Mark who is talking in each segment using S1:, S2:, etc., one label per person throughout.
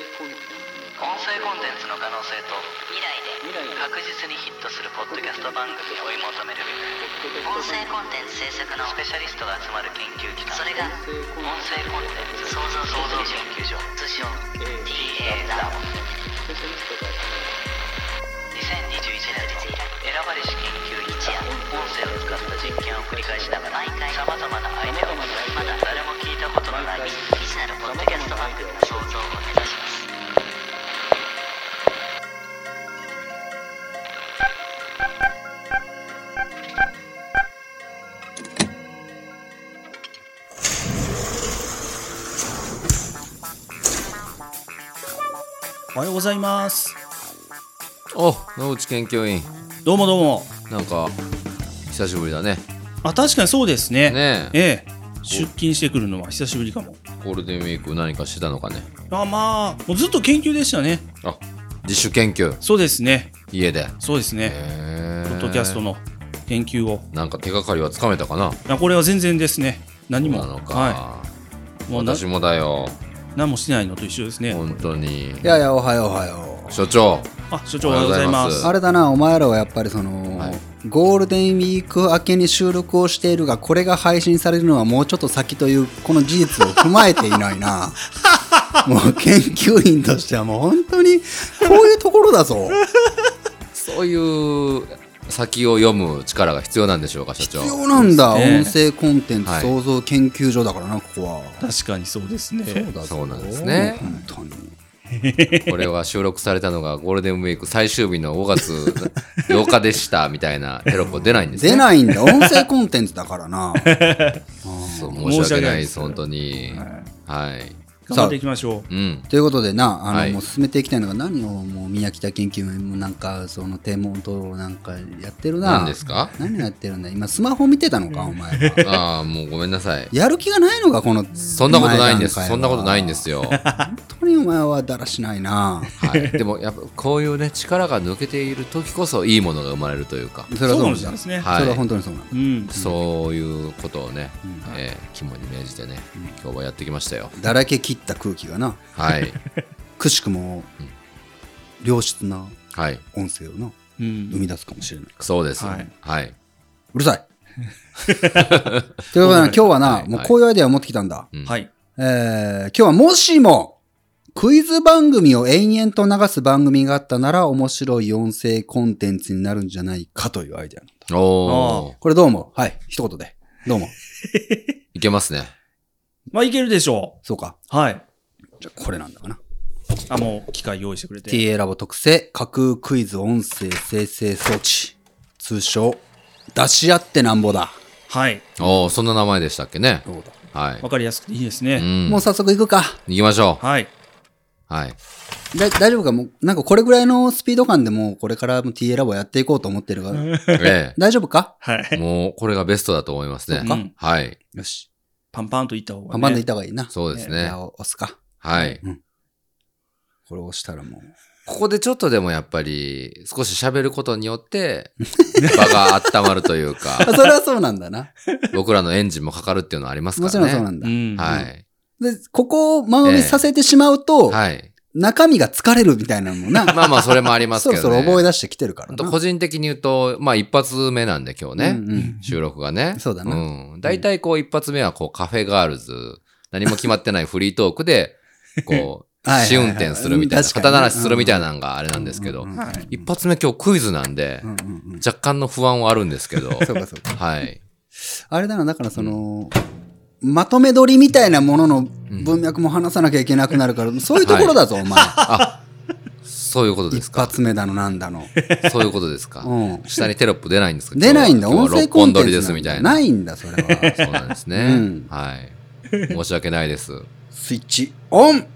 S1: 音声コンテンツの可能性と未来で確実にヒットするポッドキャスト番組を追い求める音声コンテンツ制作のスペシャリストが集まる研究機関それが音声コンテンツ創造創造研究所通称 TA ラボ2021年の選ばれし研究一や音声を使った実験を繰り返しながら毎回さまざまなアイデアをまだ誰も聞いたことのない未知なるポッドキャスト番組の創造を目指します
S2: おはようございます
S3: お野口研究員
S2: どうもどうも
S3: なんか久しぶりだね
S2: あ確かにそうですね
S3: ねえ
S2: ええ出勤してくるのは久しぶりかも
S3: ゴールデンウィーク何かしてたのかね
S2: あまあもうずっと研究でしたね
S3: あ自主研究
S2: そうですね
S3: 家で
S2: そうですね
S3: へえ
S2: ポッドキャストの研究を
S3: なんか手がかりはつかめたかない
S2: やこれは全然ですね何も
S3: なのか、
S2: は
S3: も
S2: もう
S3: う
S2: な
S3: 私もだよ
S2: い、何もしてないのと一緒ですね
S3: 本当に
S4: いやいやおはようおはよ
S3: 所長
S2: あ所長おはようございま
S3: おはようございます
S4: うあれだなお前らはやっぱりその、
S3: はい
S4: ゴールデンウィーク明けに収録をしているがこれが配信されるのはもうちょっと先というこの事実を踏まえていない なもう研究員としてはもう本当にこういうところだぞ
S3: そういう先を読む力が必要なんでしょうか所
S4: 必
S3: 長
S4: 要なんだ、
S2: そうで
S4: 音
S2: す
S4: 声コンテン
S3: はい
S4: ツ創造研究所だからなここは、
S2: 確かにそうですね
S4: そうだぞ
S3: そうなんで すね
S4: 本当に
S3: これは収録されたのがゴールデンウィーク最終日の5月8日でしたみたいなテロップ出ないんですね
S4: 出ないんだ音声コンテンツだからな
S3: そ
S2: 申
S3: う
S2: し訳ない
S3: 申し訳ないで
S2: です
S3: す本当にはい
S2: 頑張っていきましょ
S3: うん
S4: ということでな、あの、
S3: はい
S4: もう進めていきたいのが、何をもう宮北研究員もなんか、その天文となんかやってるな。
S3: 何ですか
S4: 何やってるんだ今、スマホ見てたのか、お前は。
S3: ああもうごめんなさい
S4: やる気がないのか、この。
S3: そんなことないんです
S4: 前段階は
S3: そんなことないんで。す よ、は
S4: 本当にお前はだらしないな。
S3: い、でもやっぱこういうね力が抜けている時こそいいものが生まれるというか
S4: そうれ
S2: そうか
S4: はそう
S2: も
S4: なん
S2: しれな
S4: だ。
S2: いですね、
S3: はい
S4: それは本当にそうなんだ。
S2: うん
S3: そういうことをね、えー肝に銘じてね今日はやってきましたよ
S4: だらけ切った空気がな、
S3: はい
S4: くしくも、良質な
S3: はい
S4: 音声をな、
S2: うん
S4: 生み出すかもしれない。
S3: そうです
S2: は
S3: はいい、
S4: うるさ い。ということで、今日はな、
S3: い
S4: もうこういうアイデアを持ってきたんだ。
S3: うん
S2: はい
S4: えー今日はもしも、クイズ番組を延々と流す番組があったなら面白い音声コンテンツになるんじゃないかというアイデア。
S3: おお
S4: これどうも。はい。一言で。どうも。
S3: いけますね
S2: まあいけるでしょ
S4: そうか。
S2: うはい
S4: じゃあこれなんだかな。
S2: あもう機械用意してくれて
S4: TA ラボ特製架空クイズ音声生成装置。通称、出し合ってなんぼだ。
S2: はい
S3: おおそんな名前でしたっけね
S4: どうだ。
S3: はい
S2: わかりやすくていいです
S3: う
S2: ね、
S3: ん
S4: もう早速行くか。
S3: 行きましょ
S2: はい、
S3: う はい
S4: だ大丈夫かもう、なんかこれぐらいのスピード感でもうこれからも TA ラボやっていこうと思ってるから。
S3: え
S4: 大丈夫か
S2: はい
S3: えもうこれがベストだと思います
S2: そ
S3: ね
S2: っか
S3: はい
S4: よし。
S2: パンパンといった方が、
S4: パ
S2: ね、
S4: ンパンで行った方がいいな。
S3: そうです
S4: じ
S3: ね
S4: ゃあ押すか。
S3: はい
S4: これ押したらもう。
S3: ここでちょっとでもやっぱり少し喋ることによって 場が温まるというか
S4: あそれはそうなん だな。
S3: 僕らのエンジンもかかるっていうのはありますか
S4: もち
S3: ら
S4: ろ
S3: ね。
S4: んそうなんだ。
S2: うん
S3: はい。
S4: で、ここを間延びさせてしまうと、
S3: はい。
S4: 中身が疲れるみたいなのもな、
S3: まあまあそれもあります
S4: そ
S3: け
S4: ろ
S3: どね。
S4: そろ覚え
S3: え
S4: 出してきてるからな。
S3: 個人的に言うと、まあ一発目なんで今日ね、
S4: うんうん
S3: 収録がね。
S4: そうだ
S3: う
S4: な
S3: ん。大体こう一発目はこうカフェガールズ、何も決まってないフリートーク で、こう、
S4: はいはいはい
S3: 試運転するみたいな、
S4: 確かにね
S3: 肩慣らしするみたいなのがあれなんですけど、
S4: うんうん
S2: はい
S3: 一発目今日クイズなんで、
S4: うんうんうん
S3: 若干の不安はあるんですけど、
S4: そうかそうか。
S3: はい。
S4: あれだな、だからその、まとめ撮りみたいなものの文脈も話さなきゃいけなくなるから、そういうところだぞ、お前。
S3: そういう ことで
S4: 一
S3: すか。
S4: 発目だのなんだの。
S3: そういうことですか。
S4: うん
S3: 下にテロップ出ないんですか
S4: 出ないんだ、
S3: 今
S4: 音
S3: 日は
S4: 声
S3: 今日は
S4: コ
S3: 六
S4: ン
S3: 本
S4: テ
S3: 撮
S4: ン
S3: りで
S4: ツ
S3: す
S4: な
S3: み
S4: ん
S3: たい
S4: て
S3: な。
S4: ないんだ、それは。
S3: そうなんですね。
S4: うん
S3: はい。申し訳ないです。
S4: スイッチオン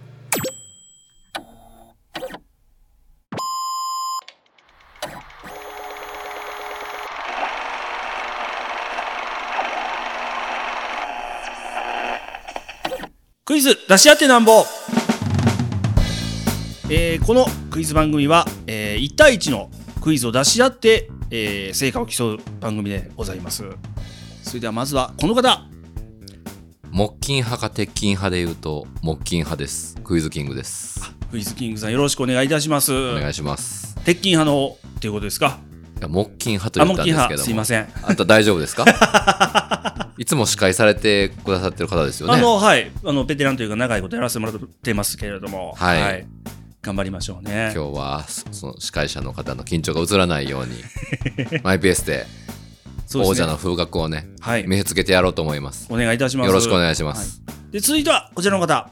S2: クイズ出し合ってなんぼ、えーこのクイズ番組は、え1対1のクイズを出し合って、えー成果を競う番組でございますそれではまずはこの方
S3: 木金派か鉄金派で言うと、木金派です。クイズキングです。
S2: クイズキングさんよろしくお願いいたします。
S3: お願いします。
S2: 鉄筋派のっていうことですか。
S3: いや木金派と
S2: あモ
S3: 言っ
S2: ッ
S3: たん
S2: キー派
S3: ですけども。
S2: すいません。
S3: あんた大丈夫ですか いつも司会されてくださってる方ですよね。
S2: あのはいあのベテランというか長いことやらせてもらってますけれども、
S3: はい
S2: 頑張りましょうね。
S3: 今日はそその司会者の方の緊張が映らないように マイペースで
S2: そうで
S3: 王
S2: すね
S3: 者の風格をね
S2: はい
S3: 見せつけてやろうと思います。
S2: お願いいたします。
S3: よろしくお願いします。
S2: で続いてはこちらの方。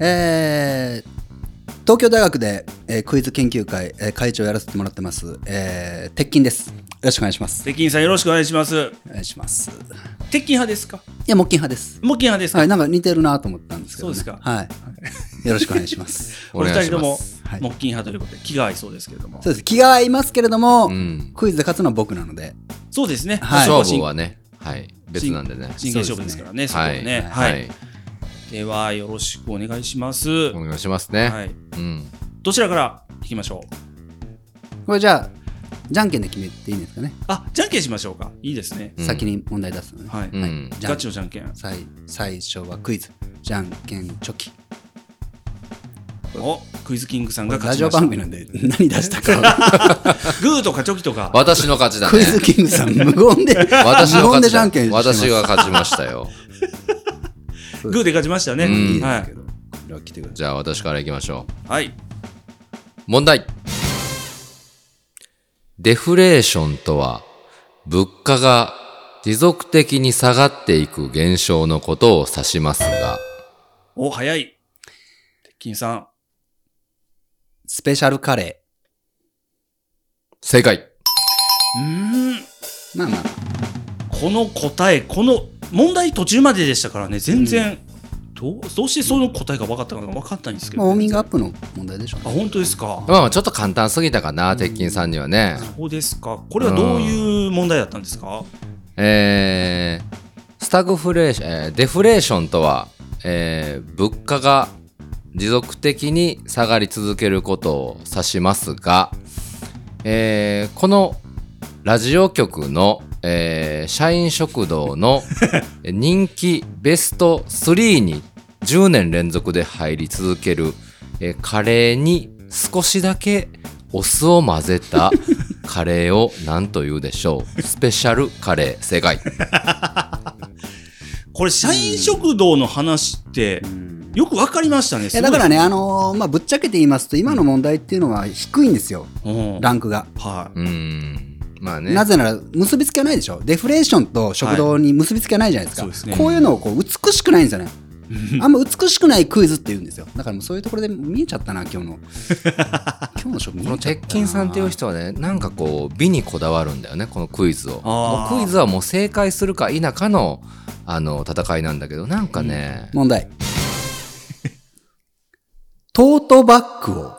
S4: えー東京大学で、えークイズ研究会、えー会長をやらせてもらってます、えー鉄筋です。よろしくお願いします。
S2: 鉄筋さんよろしくお願いします。
S4: お願いします。い
S2: 鉄筋派ですか。
S4: や、木筋派です。
S2: モッキー派ですか。
S4: はい、なんか似てるなと思ったんですけど、ね。
S2: そうですか
S4: はい。よろしくお願いします。
S2: お二人とも
S4: はい
S2: 木金派ということで気が合いそうですけれども
S4: そ。うです。気が合いますけれども、
S3: うん。
S4: クイズで勝つのは僕なので。
S2: そうですね。
S4: はい
S3: 勝負はね、はい、別なんでね。
S2: 真剣勝負ですからね。そこは
S3: はい、
S2: ね。
S3: は
S2: はい。
S3: い、
S2: ではよろしくお願いします。
S3: お
S2: は
S3: 願いしますね。
S2: い。
S3: うん。
S2: どちらからいきましょう。
S4: これじゃあ、じゃんけんで決めていいんですかね。
S2: あ、じゃんけんしましょうか。いいですね。
S3: うん
S4: 先に問題出すのね。
S2: はい。
S3: うん
S4: はいじゃん
S2: ガチのじゃんけん。
S4: 最最初はクイズ。じゃんけんチョキ。
S2: お、クイズキングさんが勝
S4: ラ
S2: ち
S4: ジオ
S2: ました。
S4: 番組なんで何出したか。
S2: グーとかチョキとか。
S3: 私の勝ちだ
S4: クイ
S3: ね。
S4: ズキングさん無言で、
S3: 私の
S4: 無
S3: 勝
S4: 言で
S3: ち
S4: じゃんけんして
S3: だ。
S4: ます。
S3: 私が勝ちましたよ。
S2: グーで勝ちましたね。
S3: うん
S4: いいです
S2: は
S4: けど。これは来てください。
S3: じゃあ私から行きましょう。
S2: い。はい。
S3: 問題。デフレーションとは、物価が持続的に下がっていく現象のことを指しますが、
S2: お、早い。鉄筋さん。
S4: スペシャルカレ
S3: 正解。
S2: うーん。
S4: ー。まあまあま
S2: この答え、この問題途中まででしたからね、全然、どうどうしてその答えが分かったのか分かんないんですけ
S4: あ、まあ、
S2: ど、
S4: ウォーミングアップの問題でしょう
S2: あ、
S4: ね。
S2: 本当ですか。
S3: まあまあちょっと簡単すぎたかな、鉄筋さんにはね。
S2: そうですか。これはどういう問題だったんですか
S3: えー、スタグフレーション、えーデフレーションとは、えー物価が持続的に下がり続けることを指しますが、えーこのラジオ局の、えー社員食堂 の人気ベスト3に10年連続で入り続ける、えーカレーに少しだけお酢を混 ぜたカレーを何と言うでしょうスペシャルカレー正解
S2: これ、社員食堂の話って、
S4: うん
S2: よく分かりましたね、
S4: いやだから
S2: ね、
S4: ね、あのーまあ、ぶっちゃけて言いますと、今の問題っていうのは低いんですよ、
S2: うん
S4: ランクが。
S2: は
S3: うーんまあね
S4: なぜなら、結びつきはないでしょ、デフレーションと食堂に結びつきはないじゃないですか、
S2: はいそうですね
S4: こういうのをこう美しくないんですよね、
S2: い。
S4: あんま美しくないクイズって言うんですよ、だからもうそういうところで見えちゃったな、今日 の。今日の食見
S3: こ
S4: え
S3: の
S4: ちゃったな
S3: 鉄筋さんっていう人はねなんかこう美にこだわるんだよねこのクイズを
S2: あー
S3: もうクイズはもう正解するか否かのあの戦いなんだけどなんかね、
S4: 問題トートバッグを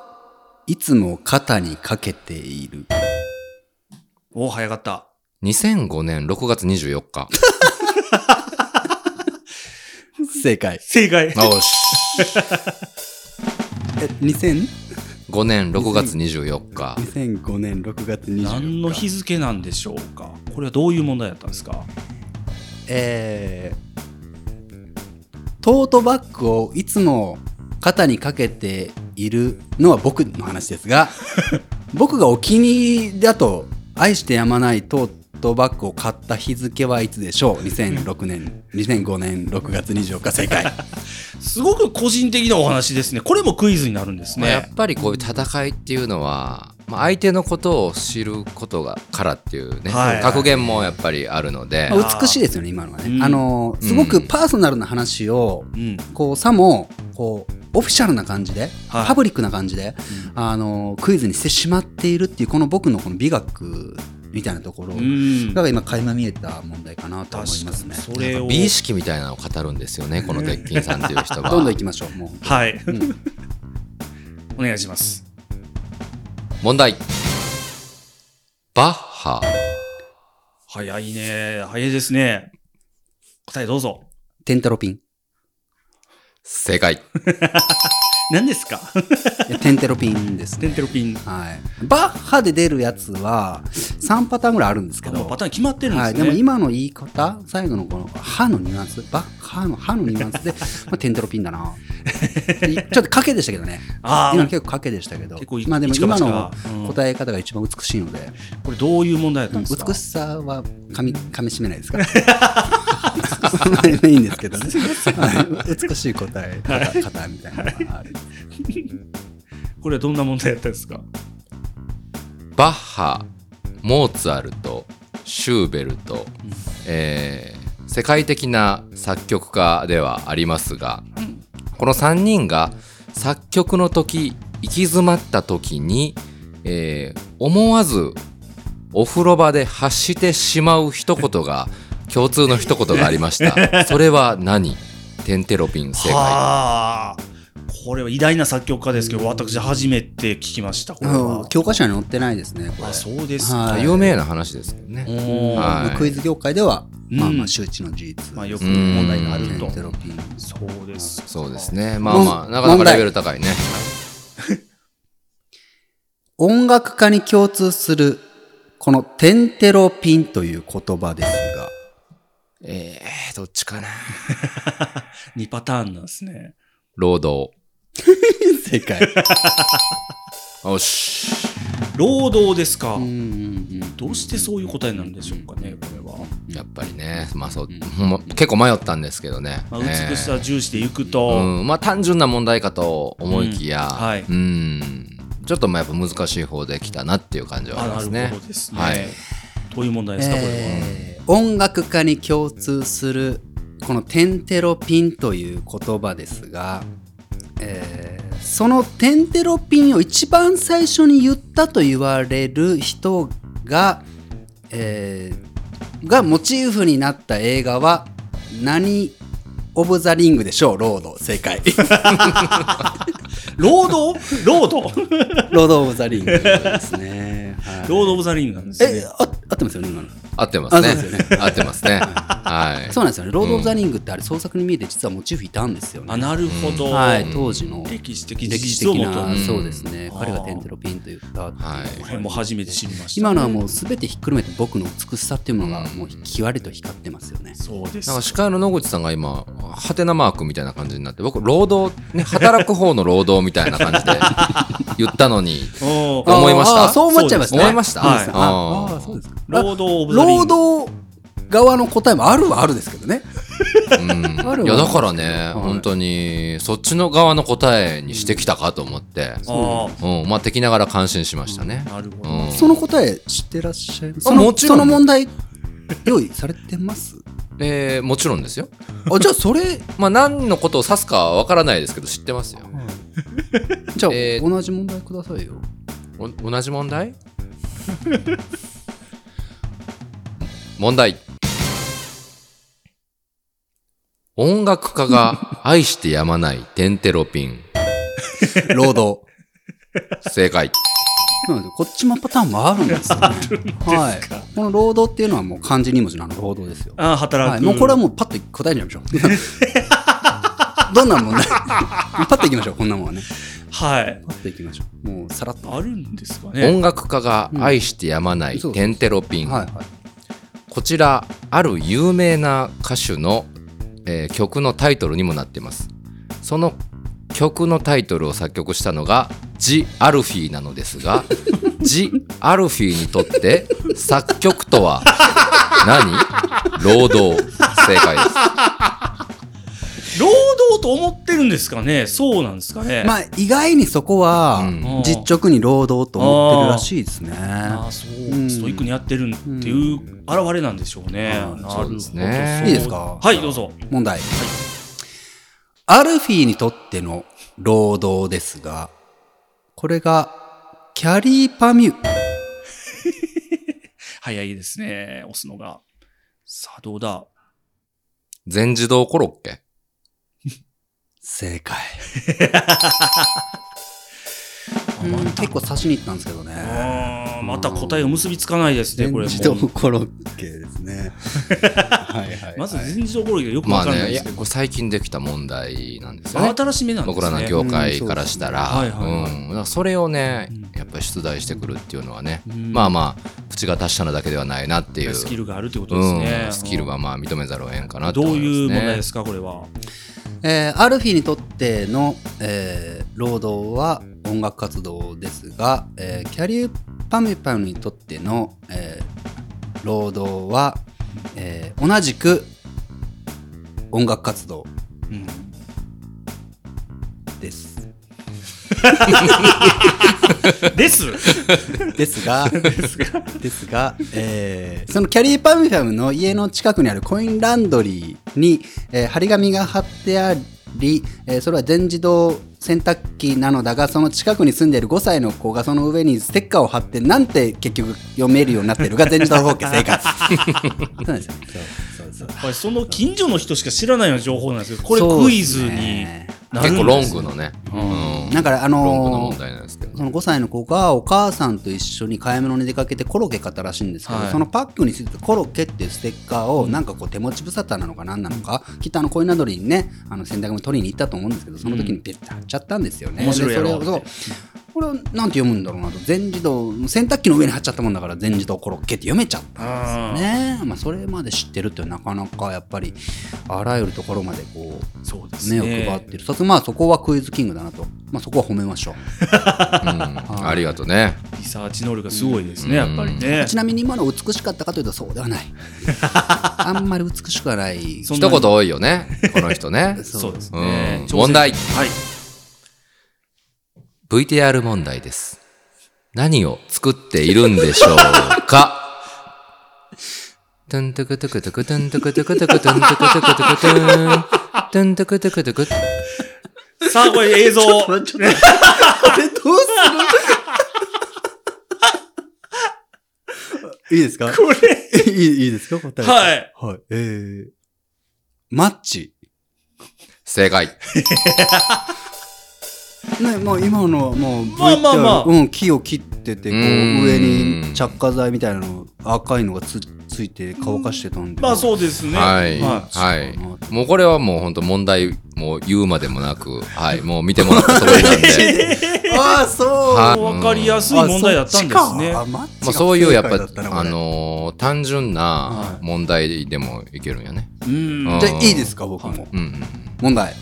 S4: いつも肩にかけている。
S2: お、早かった。
S3: 2005年6月24日
S4: 正解。
S2: 正解。
S3: よし
S4: え、2000?
S3: 5年6月24日
S4: 2005年6月24日
S2: 何の日付なんでしょうか。これはどういう問題だったんですか
S4: えートートバッグをいつも肩にかけているのは僕の話で すが僕がお気に入りだと愛してやまないトートバッグを買った日付はいつでしょう2006年2005年6月24日正解
S2: すごく個人的なお話ですね。これもクイズになるんです
S3: まあ、や
S2: ね
S3: っ。ぱりこういう戦いっていうのは、まあ、相手のことを知ることがからっていうね、
S2: はい
S3: 格言もやっぱりあるので、
S2: あ
S4: 美しいですよね今のはね、
S2: うん
S4: あのすごくパーソナルな話を
S2: うん。
S4: こうさもこうオフィシャルな感じで、
S2: はい
S4: パブリックな感じで、あのクイズにしてしまっているっていうこの僕のこの美学みたいなところ
S2: うん
S4: が今垣間見えた問題かなと思い
S2: 確
S4: ま
S2: か
S4: す
S2: に
S4: ね。
S2: それを。
S3: 美意識みたいなのを語るんですよねこの鉄筋さんっていう人は
S4: どんどん行きましょう。もう
S2: はい。
S4: ん
S2: お願いします。
S3: 問題バッハ
S2: 早いね。早いですね。答えどうぞ。
S4: テンタロピン。
S3: 正解。
S2: 何ですか
S4: いやテンテロピンですね。
S2: テンテロピン。
S4: はい、バッハで出るやつは3パターンぐらいあるんですけど
S2: もうパターン決まってるんで
S4: は
S2: す
S4: い、
S2: ね。
S4: でも今の言い方、最後のこの歯のニュアンス、バッ歯の歯のニュアンスで、 まあ、テントロピン だな。ちょっと賭けでしたけどね。
S2: あー
S4: 今の結構賭けでしたけど
S2: 結構い、
S4: まあでも
S2: 一か
S4: 今
S2: 八か
S4: の
S2: うん
S4: 答え方が一番美しいので、
S2: これどういう問題だったんですか
S4: 美しさは かみかみしめないですから。そんなにいいんですけどね。はい美しい答え方方みたいなの がある。
S2: これはどんな問題だったんですか
S3: バッハ、モーツァルト、シューベルト、えー世界的な作曲家ではありますが、この3人が作曲の時、行き詰まった時に、えー思わずお風呂場で発してしまう一言が、共通の一言があり ました。それは何テンテロピン正解。
S2: はあ。これは偉大な作曲家ですけど、私初めて聞きました。これ
S4: う
S2: は
S4: ん。教科書には載ってないですね、これ。
S2: あ、そうですか。
S4: はい
S3: 有名な話ですけどね。
S2: おー
S3: はい
S4: クイズ業界では、まあ
S2: う
S4: ま
S2: ん
S4: あ周知の事実。
S2: まあよく問題になる
S4: テ
S2: と
S4: ン。テロピン。
S2: そうですか。
S3: そうですね。まあまあ、なかなかレベル高いね。
S4: 音楽家に共通するこのテンテロピンという言葉です が、
S3: えー、どっちかな。
S2: 2パターンなんですね。
S3: 労働。
S4: 正解。
S3: よし。
S2: 労働ですか。
S4: うんうんうん
S2: どうしてそういう答えなんでしょうかね、これは。
S3: やっぱりね、まあそう、ほんま結構迷ったんですけどね。
S2: まあ、美しさ
S3: え
S2: を重視でいく
S3: ー
S2: と、
S3: うん、まあ単純な問題かと思いきや、
S2: うんはい
S3: うんちょっとまあやっぱ難しい方できたなっていう感じはあ
S2: あ
S3: りま
S2: な
S3: す
S2: る
S3: ね
S2: ほ。どですね。
S3: はい
S2: どういう問題ですか、これは。
S4: えー音楽家に共通するこのテンテロピンという言葉ですが、えーそのテンテロピンを一番最初に言ったと言われる人が、えーがモチーフになった映画は何オブザリングでしょうロード正解
S2: 労働労働
S4: ロード・オブ・ザ・リングですね。はい
S2: ロード・オブ・ザ・リングなんです
S4: え
S2: ね。
S4: あ、合ってますよね、今の。
S3: 合ってますね
S4: あそうです。
S3: 合ってますね。はい。
S4: そうなんですよね。ロード・オブ・ザ・リングってあれ、創作に見えて、実はモチーフいたんですよね。
S2: あ、なるほど。
S4: はい、当時の
S2: 歴史的事
S4: 歴史
S2: 実を
S4: 的
S2: もと
S4: な、
S2: に。
S4: そうですね
S2: うん。
S4: 彼がテンテロピンと言ったっていう。
S3: はい。
S2: これも初めて知りました。
S4: 今のはもう全てひっくるめて僕の美しさっていうものがもうきわりと光ってますよね。
S2: そうです
S3: なんか司会の野口さんが今、ハテナマークみたいな感じになって、僕、労働、ね、働く方の労働みたいな感じで言った のに、
S2: おー
S3: あ思いました
S4: あーそう思っちゃいましたね。
S3: 思いました
S4: そうですね
S3: はい
S4: あ
S3: あー
S4: あー、そうですか。
S2: ロード・オブ・ザ・リング。
S4: 労働側の答えもあるはあるですけどね。
S3: う
S4: る
S3: ん、いやだからね、
S4: い
S3: 本当にそっちの側の答えにしてきたかと思って、
S2: あ
S3: うん、まあ敵ながら感心しましたね
S2: あ、。なるほ
S3: う
S2: ど。
S3: ん、
S4: その答え知ってらっしゃいます
S3: あ
S4: その
S3: もちろん
S4: その問題用意されてます
S3: えーもちろんです よ。
S4: あじゃあそれ
S3: まあ何のことを指すかはわからないですけど知ってますよ。
S4: じゃあ、
S3: えー
S4: 同じ問題くださいよ。
S3: お同じ問題問題音楽家が愛してやまないテンテロピン
S4: 労働。
S3: 正解
S4: なのでこっちもパターン もあるんですよ、ね。はい。この労働っていうのはもう漢字2文字のあの労働ですよ。
S2: あー働く、
S4: はい。もうこれはもうパッと答えにゃいましょう。 どんな問題 パッといきましょう、こんなもんはね。
S2: はい。
S4: パッといきましょう。もうさらっと。
S2: あるんですかね。
S3: 音楽家が愛してやまないテンテロピン、
S4: はいはい。
S3: こちらある有名な歌手の、えー曲のタイトルにもなってますその曲のタイトルを作曲したのがジ・アルフィーなのですが ジ・アルフィーにとって作曲とは何労働正解です
S2: 労働と思ってるんですかね。そうなんですかね。
S4: まあ意外にそこは
S3: うん
S4: 実直に労働と思ってるらしいですね。
S2: ああそう、
S4: ん
S2: ストイックにやってるっていう表れなんでしょうね。
S4: うん
S2: なるほ
S3: そう
S2: ど。
S3: ですね
S2: そう
S4: いいですか
S2: はい、どうぞ。
S4: 問題。アルフィーにとっての労働ですが、これがキャリーパミュ。
S2: 早いですね、押すのが。さあ、どうだ。
S3: 全自動コロッケ
S4: 正解。
S2: あまた
S4: 結構刺しに行ったんですけどね。
S2: あーまた答えが結びつかないですね、これ
S4: 全
S2: も
S4: 自
S2: う。
S4: 動コロッケですね。はいはい、はい。
S2: まず全自動コロッケがよく
S3: ま
S2: わ
S3: あ
S2: からない
S3: ね、
S2: んで
S3: いや
S2: すけど、
S3: これ最近できた問題なんですよね。
S2: 新しめなんですね。
S3: 僕らの業界からしたら、
S2: うん
S3: う
S2: そうですねはいはいはい
S3: んだからそれをね、やっぱり出題してくるっていうのはね、
S2: ん
S3: まあまあ、口が達者なだけではないなっていう。
S2: スキルがあるということですね。
S3: うんスキルはまあ認めざるを得んかなと
S2: どう
S3: 思います、ね。
S2: いう問題ですか、これは。
S4: えー、アルフィにとっての、えー労働は音楽活動ですが、えーキャリーパミュパムにとっての、えー労働は、えー同じく音楽活動
S2: うん
S4: です。
S2: です。
S4: ですが、ですが、えーそのキャリーパミュパムの家の近くにあるコインランドリーに、えー張り紙が貼ってあり、えーそれは全自動洗濯機なのだが、その近くに住んでいる5歳の子がその上にステッカーを貼って、なんて結局読めるようになって るが、全自動放棄生 活。そうなんですよね。そうそうそう
S2: これその近所の人しか知らないような情報なんですけど、これ
S4: そう
S2: ク
S4: で
S2: イ
S4: す
S2: ズに
S4: ね
S2: なるんです
S3: 結構ロングのね、
S2: う
S3: うんん
S4: だから、あの
S3: ロ
S4: ー
S3: ングの問題なんですけど、
S4: そ
S3: ね、
S4: の5歳の子がお母さんと一緒に買い物に出かけてコロッケ買ったらしいんですけど、
S2: はい
S4: そのパックについてたコロッケっていうステッカーをなんかこう手持ち無沙汰なのか何なのか、きっとあのコインランドリーにねあの洗濯物取りに行ったと思うんですけどその時にペッて貼っちゃったんですよね。
S2: 面白いやろ
S4: でそれをそうこれをなんて読むんだろうなと全自動洗濯機の上に貼っちゃったもんだから全自動コロッケって読めちゃった
S2: あー
S4: ね、まあ、それまで知ってるってなかなかやっぱりあらゆるところまでこう
S2: そうです
S4: 目
S2: ね。
S4: を配ってる、そまあそこはクイズキングだなと、まあ、そこは褒めましょ
S3: う
S4: う。
S3: ん、ありがとうね。
S2: リサーチ能力がすごいですね、
S3: う
S2: やっ
S3: ん
S2: ぱりね
S4: ち。なみに今の美しかったかというとそうでは ない。あんまり美しくはない。
S2: そんな
S3: 一言多いよね、この人ね。
S2: そうです
S3: う
S2: ね
S3: ん。
S2: 挑戦
S3: 問題
S2: はい。
S3: VTR 問題です。何を作っているんでしょうかトゥントゥクトゥクトゥクトゥントゥクトゥクトゥクトゥントゥクトゥクトゥクトゥントゥントゥクトゥクトゥクトゥク
S2: さあ、これ 映像。
S4: ちょっと待ってこれどうする いいですか
S2: これ。
S4: いいいいですか答え。い。
S2: はい。
S4: はい。えー、マッチ。
S3: 正解。
S4: ね、もう今のはもう VTR、
S2: まあまあまあ
S4: うん、木を切ってて、こ
S3: う
S4: う、
S3: ん
S4: 上に着火剤みたいなの、赤いのがつついて乾かしてたんで。
S2: まあそうですね。
S3: はい。はい。もうこれはもう本当問題、もう言うまでもなく、はい。もう見てもらった通りなん で。
S4: ああ、そう。
S3: はい
S2: わかりやすい問題だったんですね。
S4: あ、マッ
S3: ま
S4: チ
S3: あ
S4: が
S3: そういうやっぱ、
S4: 正解だたな
S3: あ、のー単純
S2: は
S3: ない問題でもいけるんやね。
S2: うん。
S4: これじゃあいいですか、僕も。
S3: うんうん。
S4: 問題。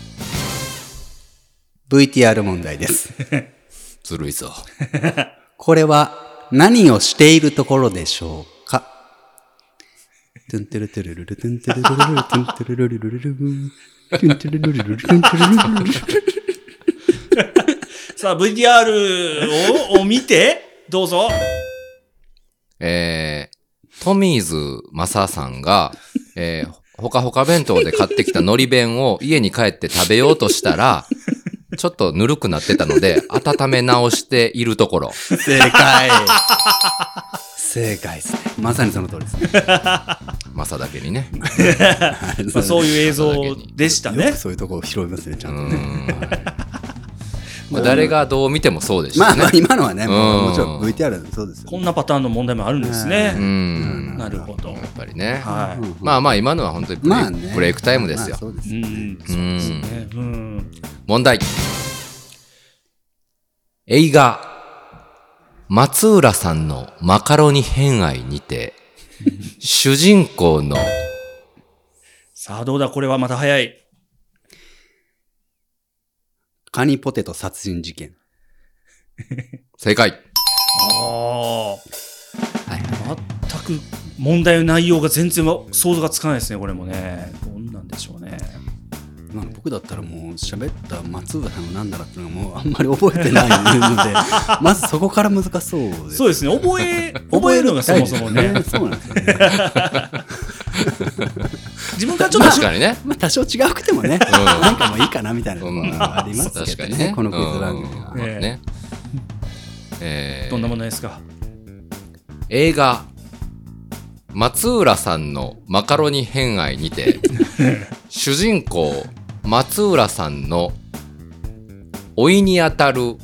S4: VTR 問題です。
S3: ずるいぞ。
S4: これは何をしているところでしょ うかトゥントゥルトゥルルルトゥントゥルルルルトゥントゥルルルルルルントゥントゥルルルルルトゥントゥルルルルルル
S2: さあ、VTR をを見 て、どうぞ。
S3: えー、トミーズマサさんが、えー、ほかほか弁当で買ってきた海苔弁を家に帰って食べようとしたら、ちょっとぬるくなってたので、温め直しているところ。
S4: 正解。正解ですね。まさにその通りですね。
S3: マサだけにね。
S2: まあ、そう
S4: う。
S2: いう映像でした
S4: よ
S2: ね
S4: く。そういうところを拾いますね、ちゃ
S3: うん
S4: とね。
S3: ん。まあ誰がどう見てもそうでし
S4: ま
S3: た
S4: あまあ
S3: ね。
S4: 今のはね、
S3: うん
S4: もうもちろん VTR でそうですよ
S2: こんなパターンの問題もあるんです
S3: う
S2: ね。
S3: ん。
S2: なるほど
S3: や。っぱりね。
S2: は
S4: うん
S3: まあまあ今のは本当にブレ,、
S4: まあね
S3: ブレイクタイムですよ
S4: まあ。そうです
S2: い。う
S4: ね
S2: ん。
S3: う
S2: そうで
S3: ん
S2: す。ねうん。
S3: 問題。映画、松浦さんのマカロニ偏愛にて、主人公の、
S2: さあ、どうだこれはまた早い。
S4: カニポテト殺人事件。
S3: 正解。
S2: あ
S4: はい
S2: あ。全く問題の内容が全然わ想像がつかないですね、これもね。どんなんでしょうね。
S4: まあ、僕だったらもう喋った松浦さんのなんだらっていうのがもうあんまり覚えてないので まずそこから難そうです
S2: そうですね。覚え、 覚えるのがそもそもね。
S4: そうなんですよね
S2: 自分からちょっと
S3: 確かにね。
S4: まあ多少違うくて もね、なんかもういいかなみたいなところはあります
S3: 確
S4: け
S3: か
S4: ど
S3: に
S4: ね
S3: ね。
S4: このクイズ番組
S3: うん
S4: は、
S2: ね
S3: ね。えー
S2: どんな問題ですか。
S3: 映画、松浦さんのマカロニ偏愛にて、主人公、松浦さんの、老いにあたる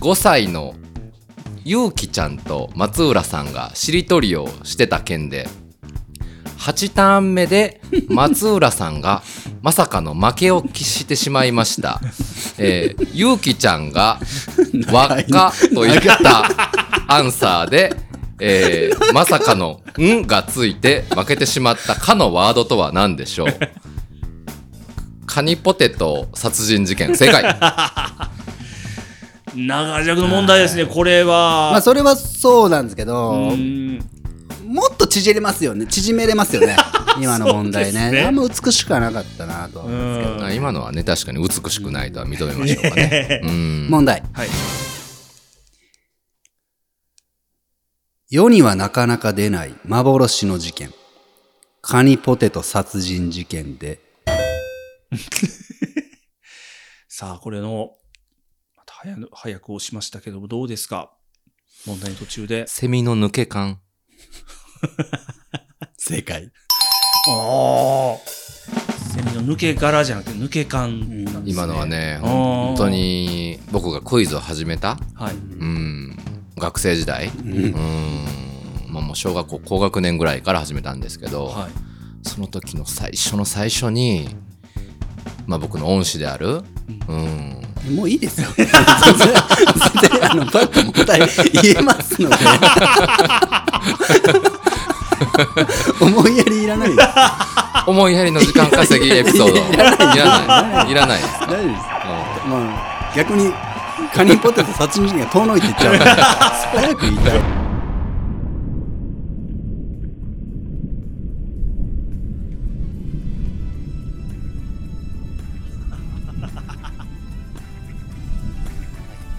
S3: 5歳のゆうきちゃんと松浦さんがしりとりをしてた件で8ターン目で松浦さんが まさかの負けを喫してしまいました、えー、ゆうきちゃんが「輪っか」と言ったアンサーで、えーまさかの「ん」がついて負けてしまった「か」のワードとは何でしょうカニポテト殺人事件正解
S2: 長尺の問題ですね、これは。
S4: まあそれはそうなんですけど、
S2: うん
S4: もっと縮れますよね縮めれますよ ね今の問題
S2: そう
S4: ね
S2: ですね
S4: あんま美しくはなかったなとは思うんですけど、
S2: うん
S3: あ今のはね確かに美しくないとは認めましょう かね。うん
S4: 問題
S2: はい。
S4: 世にはなかなか出ない幻の事件カニポテト殺人事件で
S2: さあ、これの、また早の早く押しましたけども、どうですか問題の途中で。
S3: セミの抜け感。
S4: 正解
S2: ああ。セミの抜け殻じゃなくて、抜け感なんですね。
S3: 今のはね、
S2: あー
S3: 本当。に僕がクイズを始めた、
S2: はい。
S3: うん、学生時代、うんまあ、もう小学校高学年ぐらいから始めたんですけど、
S2: はい。
S3: その時の最初の最初に、まあ、僕の恩師である、うん、
S4: もういいですよ 全然全然あのバックも答え言えます ので思いやりいらないです
S3: 思いやりの時間稼ぎエピソード いらないいらないです
S4: 大丈夫ですまあ逆にカニポテト殺人事件が遠のいていっちゃうから早く言いたい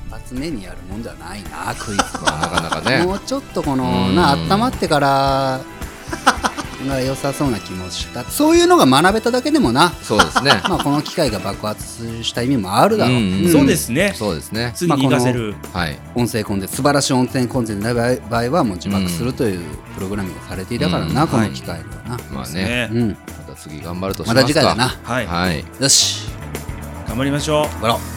S4: 一発目にやるもんじゃないなクイズは
S3: まあ、なかなかね
S4: もうちょっとこの
S3: うん
S4: な温まってからが良さそうな気もしたそういうのが学べただけでもな
S3: そうですね
S4: まあこの機械が爆発した意味もあるだろう、
S3: うんうん
S2: そうですね。
S3: そうですね
S2: 次に活かせる。
S3: はい
S4: 音声コンテンツ素晴らしい音声コンテンツの場合場合はもう自爆するというプログラミングをされていたからな、
S3: うん
S4: この機械にはな、
S3: まあ
S2: です
S3: ね
S2: ね。
S4: うん
S3: また次頑張るとし
S4: ま
S3: ますか
S4: た次回だな
S2: はい。
S3: はい
S4: よし
S2: 頑張りましょう。
S4: 頑張ろう